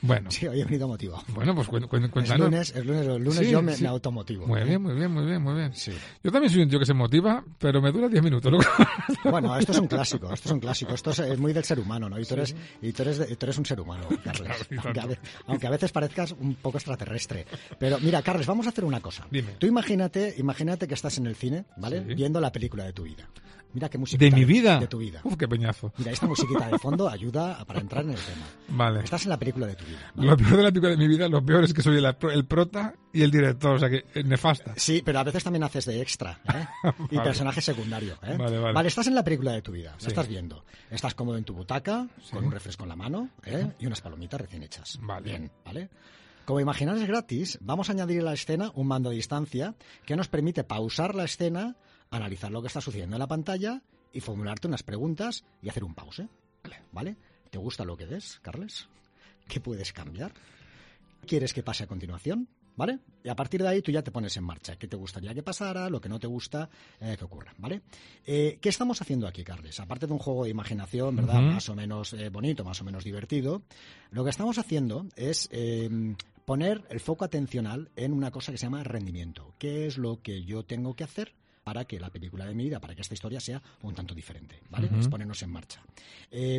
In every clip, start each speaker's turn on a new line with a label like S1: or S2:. S1: bueno,
S2: Sí, hoy he venido motivado.
S1: bueno, pues cuen- cuen-
S2: Es
S1: cuéntanos.
S2: lunes, es lunes, los lunes
S1: Sí,
S2: yo me,
S1: sí.
S2: me automotivo. ¿eh?
S1: Muy bien, muy bien, muy bien, muy bien.
S2: Sí.
S1: Yo también soy un tío que se motiva, pero me dura 10 minutos. luego-
S2: Bueno, esto es un clásico, esto es un clásico, esto es, es muy del ser humano, ¿no? Y tú eres, y tú eres, de- tú eres un ser humano, Carles.
S1: y
S2: aunque, a
S1: tanto.
S2: ve- aunque a veces parezcas un poco extraterrestre. Pero mira, Carles, vamos a hacer una cosa.
S1: Dime.
S2: Tú imagínate, imagínate que estás en el cine, ¿vale?
S1: Sí.
S2: Viendo la película de tu vida. Mira qué música.
S1: ¿De mi vida?
S2: De tu vida.
S1: Uf, qué peñazo.
S2: Mira, esta musiquita de fondo ayuda a- para entrar en el tema.
S1: Vale.
S2: Estás en la película de tu vida. ¿vale?
S1: Lo peor de la película de mi vida, lo peor es que soy el, pro- el prota y el director, o sea que eh, nefasta.
S2: Sí, pero a veces también haces de extra ¿eh? y
S1: Vale.
S2: personaje secundario. ¿eh?
S1: Vale, vale.
S2: estás en la película de tu vida, la
S1: Sí.
S2: estás viendo. Estás cómodo en tu butaca, con un refresco en la mano ¿eh? y unas palomitas recién hechas.
S1: Vale.
S2: Bien, ¿vale? Como imaginar es gratis, vamos a añadir a la escena un mando a distancia que nos permite pausar la escena, analizar lo que está sucediendo en la pantalla y formularte unas preguntas y hacer un pause. ¿Vale? ¿Te gusta lo que ves, Carles? ¿Qué puedes cambiar? quieres que pase a continuación, ¿vale? Y a partir de ahí tú ya te pones en marcha. ¿Qué te gustaría que pasara? ¿Lo que no te gusta eh, que ocurra, ¿vale? Eh, ¿Qué estamos haciendo aquí, Carles? Aparte de un juego de imaginación, ¿verdad?
S1: Ujú.
S2: Más o menos eh, bonito, más o menos divertido, lo que estamos haciendo es eh, poner el foco atencional en una cosa que se llama rendimiento. ¿Qué es lo que yo tengo que hacer? para que la película de mi vida, para que esta historia sea un tanto diferente, ¿vale?
S1: Ujú.
S2: Es ponernos en marcha. Eh,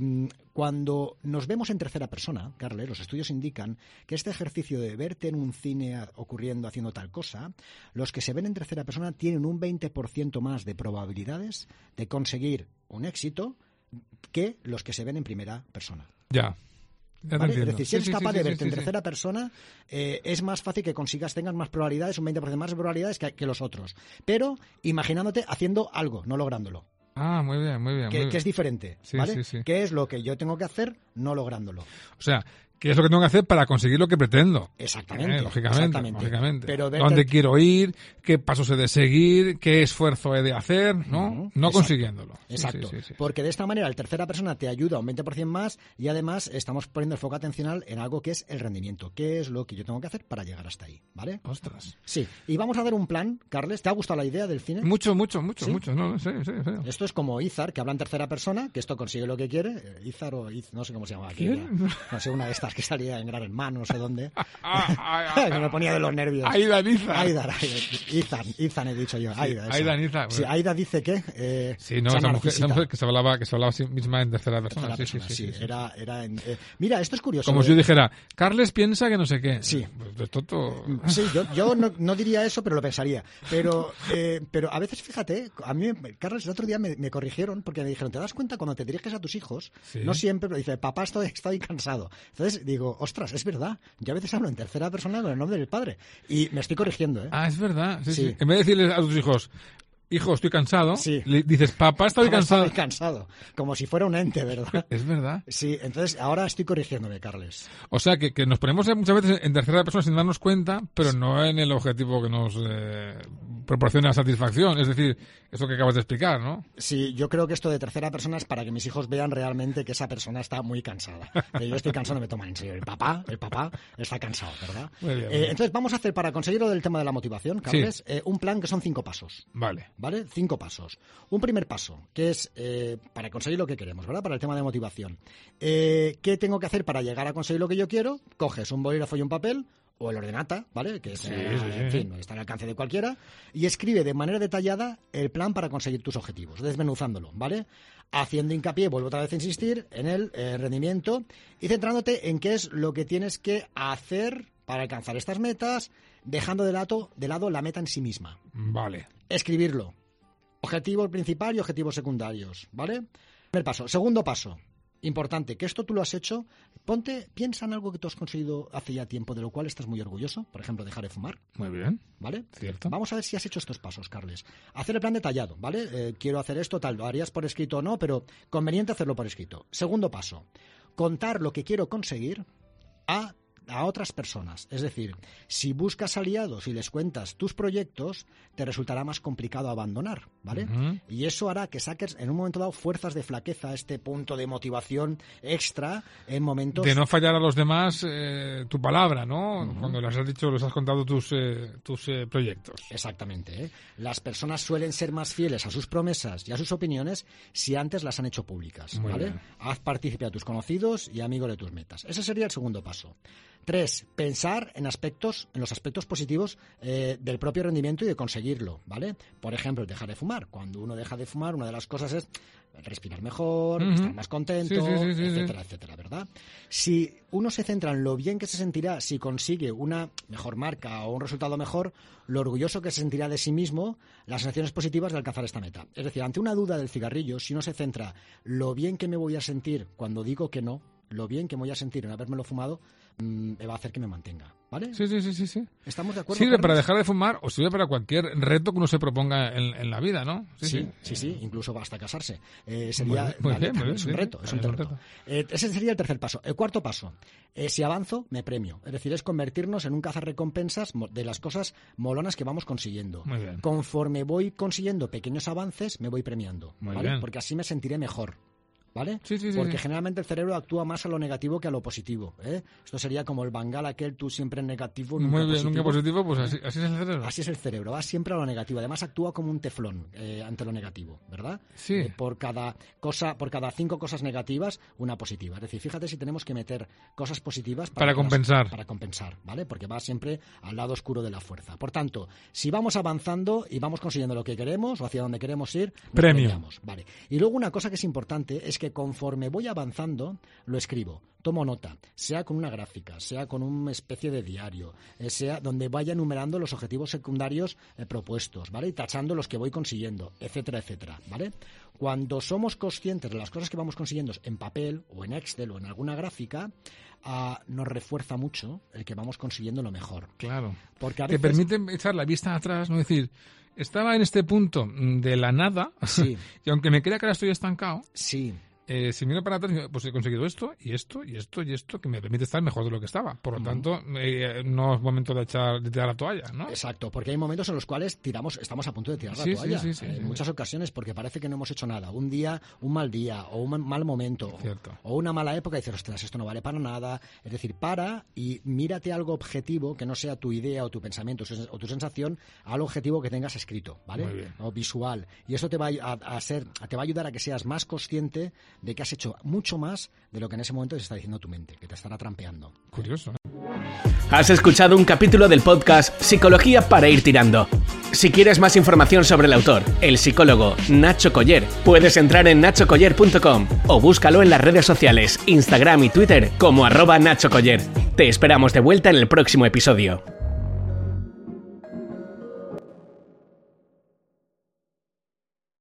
S2: cuando nos vemos en tercera persona, Carles, los estudios indican que este ejercicio de verte en un cine a- ocurriendo haciendo tal cosa, los que se ven en tercera persona tienen un 20% más de probabilidades de conseguir un éxito que los que se ven en primera persona.
S1: Ya. Ya te
S2: ¿vale? Es
S1: entiendo.
S2: decir, si
S1: Sí,
S2: eres
S1: sí, sí,
S2: capaz
S1: sí,
S2: de
S1: sí,
S2: verte
S1: sí,
S2: en
S1: sí.
S2: tercera persona, eh, es más fácil que consigas, tengas más probabilidades, un 20% más de probabilidades que, que los otros. Pero imaginándote haciendo algo, no lográndolo
S1: Ah, muy bien, muy bien. muy
S2: que,
S1: bien.
S2: que es diferente,
S1: Sí,
S2: ¿vale?
S1: sí, sí.
S2: ¿Qué es lo que yo tengo que hacer no lográndolo?
S1: O sea, ¿qué es lo que tengo que hacer para conseguir lo que pretendo?
S2: Exactamente.
S1: Eh, lógicamente,
S2: exactamente.
S1: lógicamente.
S2: Pero verte-
S1: ¿Dónde quiero ir? ¿Qué pasos he de seguir? ¿Qué esfuerzo he de hacer? ¿No?
S2: Ujú,
S1: no
S2: exacto,
S1: consiguiéndolo. Sí,
S2: Exacto,
S1: sí, sí, sí.
S2: porque de esta manera la tercera persona te ayuda un 20% más y además estamos poniendo el foco atencional en algo que es el rendimiento, qué es lo que yo tengo que hacer para llegar hasta ahí, ¿vale?
S1: Ostras.
S2: Sí, y vamos a dar un plan, Carles, ¿te ha gustado la idea del cine?
S1: Mucho, mucho, mucho,
S2: ¿Sí?
S1: mucho. No, no, sí, sí, sí.
S2: Esto es como Izar, que habla en tercera persona, que esto consigue lo que quiere. Eh, Izar o Iz, no sé cómo se llama aquí.
S1: ¿Quién?
S2: la- No sé, una de estas que salía en Gran Hermano, no sé dónde.
S1: Ah, ah, ah,
S2: que me ponía de los nervios.
S1: Aida Niza.
S2: Aida, Aida, Izan, Izan he dicho yo. Aida, esa.
S1: Aida Niza, bueno.
S2: Sí, Aida dice que. eh,
S1: Sí, no,
S2: sea
S1: esa mujer, esa
S2: narcisita.
S1: mujer que se hablaba, que se hablaba a sí misma en tercera persona.
S2: Tercera
S1: sí, sí,
S2: persona,
S1: sí, sí, sí.
S2: Era, era en- eh, mira, esto es curioso.
S1: Como
S2: eh,
S1: si yo dijera, Carles piensa que no sé qué.
S2: Sí. Mm.
S1: Pues de toto.
S2: Sí, yo, yo no, no diría eso, pero lo pensaría. Pero, eh, pero a veces, fíjate, a mí, Carlos, el otro día me, me corrigieron porque me dijeron, ¿te das cuenta cuando te diriges a tus hijos?
S1: Sí.
S2: No siempre, pero dice, papá, estoy, estoy cansado. Entonces digo, ostras, es verdad. Yo a veces hablo en tercera persona con el nombre del padre. Y me estoy corrigiendo, ¿eh?
S1: Ah, es verdad. Sí,
S2: Sí.
S1: sí. En vez de decirles a tus hijos, hijo, estoy cansado,
S2: Sí.
S1: le dices, papá, estoy
S2: Ahora
S1: cansado.
S2: Estoy cansado. Como si fuera un ente, ¿verdad?
S1: Es verdad.
S2: Sí, entonces ahora estoy corrigiéndome, Carles.
S1: O sea, que, que nos ponemos muchas veces en tercera persona sin darnos cuenta, pero no en el objetivo que nos eh, proporciona satisfacción. Es decir, eso que acabas de explicar, ¿no?
S2: Sí, yo creo que esto de tercera persona es para que mis hijos vean realmente que esa persona está muy cansada. Que yo estoy cansado, no me toman en serio. El papá, el papá está cansado, ¿verdad?
S1: Muy bien,
S2: Eh,
S1: muy bien.
S2: entonces vamos a hacer, para conseguir lo del tema de la motivación, Carles, eh, un plan que son cinco pasos.
S1: Vale.
S2: ¿Vale? Cinco pasos. Un primer paso, que es eh, para conseguir lo que queremos, ¿verdad? Para el tema de motivación. Eh, ¿Qué tengo que hacer para llegar a conseguir lo que yo quiero? Coges un bolígrafo y un papel o el ordenata, ¿vale? Que es, eh,
S1: sí, sí.
S2: en fin, está al alcance de cualquiera. Y escribe de manera detallada el plan para conseguir tus objetivos, desmenuzándolo, ¿vale? Haciendo hincapié, vuelvo otra vez a insistir, en el eh, rendimiento y centrándote en qué es lo que tienes que hacer para alcanzar estas metas, dejando de lado, de lado la meta en sí misma
S1: Vale.
S2: escribirlo. Objetivo principal y objetivos secundarios, ¿vale? Primer paso. Segundo paso. Importante, que esto tú lo has hecho. Ponte, piensa en algo que tú has conseguido hace ya tiempo, de lo cual estás muy orgulloso. Por ejemplo, dejar de fumar,
S1: Muy bien.
S2: ¿vale?
S1: Cierto.
S2: Vamos a ver si has hecho estos pasos, Carles. Hacer el plan detallado, ¿vale? Eh, quiero hacer esto, tal, lo harías por escrito o no, pero conveniente hacerlo por escrito. Segundo paso, contar lo que quiero conseguir a a otras personas. Es decir, si buscas aliados y les cuentas tus proyectos, te resultará más complicado abandonar, ¿vale?
S1: Ujú.
S2: Y eso hará que saques en un momento dado fuerzas de flaqueza, este punto de motivación extra en momentos
S1: de no fallar a los demás eh, tu palabra, ¿no? Cuando les has dicho, les has contado tus, eh, tus eh, proyectos.
S2: Exactamente. ¿eh? Las personas suelen ser más fieles a sus promesas y a sus opiniones si antes las han hecho públicas.
S1: Muy
S2: ¿vale?
S1: bien.
S2: Haz partícipe a tus conocidos y amigos de tus metas. Ese sería el segundo paso. Tres, pensar en aspectos, en los aspectos positivos eh, del propio rendimiento y de conseguirlo, ¿vale? Por ejemplo, el dejar de fumar. Cuando uno deja de fumar, una de las cosas es respirar mejor,
S1: Ujú.
S2: estar más contento,
S1: Sí, sí, sí, sí, sí.
S2: etcétera, etcétera, ¿verdad? Si uno se centra en lo bien que se sentirá si consigue una mejor marca o un resultado mejor, lo orgulloso que se sentirá de sí mismo, las sensaciones positivas de alcanzar esta meta. Es decir, ante una duda del cigarrillo, si uno se centra lo bien que me voy a sentir cuando digo que no, lo bien que me voy a sentir en habérmelo fumado, mm, me va a hacer que me mantenga. ¿Vale?
S1: Sí, sí, sí, sí. sí.
S2: ¿Estamos de acuerdo?
S1: Sirve para
S2: Carlos?
S1: dejar de fumar o sirve para cualquier reto que uno se proponga en, en la vida, ¿no?
S2: Sí, sí, sí, incluso basta casarse. Eh,
S1: Muy
S2: sería,
S1: bien, muy
S2: vale,
S1: bien, muy bien,
S2: es
S1: sí,
S2: un
S1: sí,
S2: reto, es un
S1: también
S2: reto.
S1: es un
S2: Eh, ese sería el tercer paso. El cuarto paso, eh, si avanzo, me premio. Es decir, es convertirnos en un cazarrecompensas mo- de las cosas molonas que vamos consiguiendo.
S1: Muy bien.
S2: Conforme voy consiguiendo pequeños avances, me voy premiando,
S1: Muy
S2: ¿vale?
S1: bien.
S2: Porque así me sentiré mejor. ¿Vale?
S1: Sí, sí, sí,
S2: Porque
S1: sí.
S2: generalmente el cerebro actúa más a lo negativo que a lo positivo. ¿eh? Esto sería como el bangal aquel tú siempre en negativo, nunca
S1: Muy bien,
S2: positivo.
S1: nunca positivo, pues así, así es el cerebro.
S2: Así es el cerebro, va siempre a lo negativo. Además actúa como un teflón eh, ante lo negativo, ¿verdad?
S1: Sí.
S2: Eh, por cada cosa, por cada cinco cosas negativas, una positiva. Es decir, fíjate si tenemos que meter cosas positivas
S1: Para
S2: que las-
S1: compensar.
S2: para compensar, ¿vale? Porque va siempre al lado oscuro de la fuerza. Por tanto, si vamos avanzando y vamos consiguiendo lo que queremos o hacia donde queremos ir, nos
S1: Premio.
S2: premiamos, Vale. Y luego una cosa que es importante es que conforme voy avanzando, lo escribo, tomo nota, sea con una gráfica, sea con una especie de diario, eh, sea donde vaya enumerando los objetivos secundarios eh, propuestos, ¿vale? Y tachando los que voy consiguiendo, etcétera, etcétera, ¿vale? Cuando somos conscientes de las cosas que vamos consiguiendo en papel o en Excel o en alguna gráfica, ah, nos refuerza mucho el que vamos consiguiendo lo mejor.
S1: Claro.
S2: Porque a
S1: Te
S2: veces...
S1: permite echar la vista atrás, ¿no? Es decir, estaba en este punto mm, de la nada,
S2: Sí,
S1: y aunque me crea que ahora estoy estancado,
S2: sí.
S1: eh, si miro para atrás, digo, pues he conseguido esto, y esto, y esto, y esto, que me permite estar mejor de lo que estaba. Por lo tanto, eh, no es momento de echar de tirar la toalla, ¿no?
S2: Exacto, porque hay momentos en los cuales tiramos, estamos a punto de tirar la
S1: Sí, sí,
S2: toalla
S1: sí, sí,
S2: en
S1: sí.
S2: muchas ocasiones porque parece que no hemos hecho nada. Un día, un mal día o un mal momento o-
S1: Cierto.
S2: o una mala época y dices, ostras, esto no vale para nada. Es decir, para y mírate algo objetivo que no sea tu idea o tu pensamiento o o tu sensación al objetivo que tengas escrito, ¿vale?
S1: Muy bien.
S2: O visual. Y eso te va a, a ser, te va a ayudar a que seas más consciente de que has hecho mucho más de lo que en ese momento te está diciendo tu mente, que te estará trampeando.
S1: Curioso, ¿eh?
S3: Has escuchado un capítulo del podcast Psicología para ir tirando. Si quieres más información sobre el autor, el psicólogo Nacho Coller, puedes entrar en nachocoller.com o búscalo en las redes sociales, Instagram y Twitter como arroba Nacho Coller. Te esperamos de vuelta en el próximo episodio.